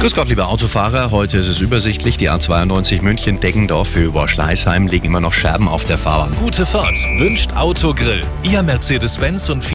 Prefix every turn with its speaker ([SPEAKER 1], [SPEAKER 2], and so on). [SPEAKER 1] Grüß Gott, liebe Autofahrer. Heute ist es übersichtlich. Die A92 München, Deggendorf, Höhebosch, Schleißheim liegen immer noch Scherben auf der Fahrbahn.
[SPEAKER 2] Gute Fahrt wünscht Autogrill, Ihr Mercedes-Benz und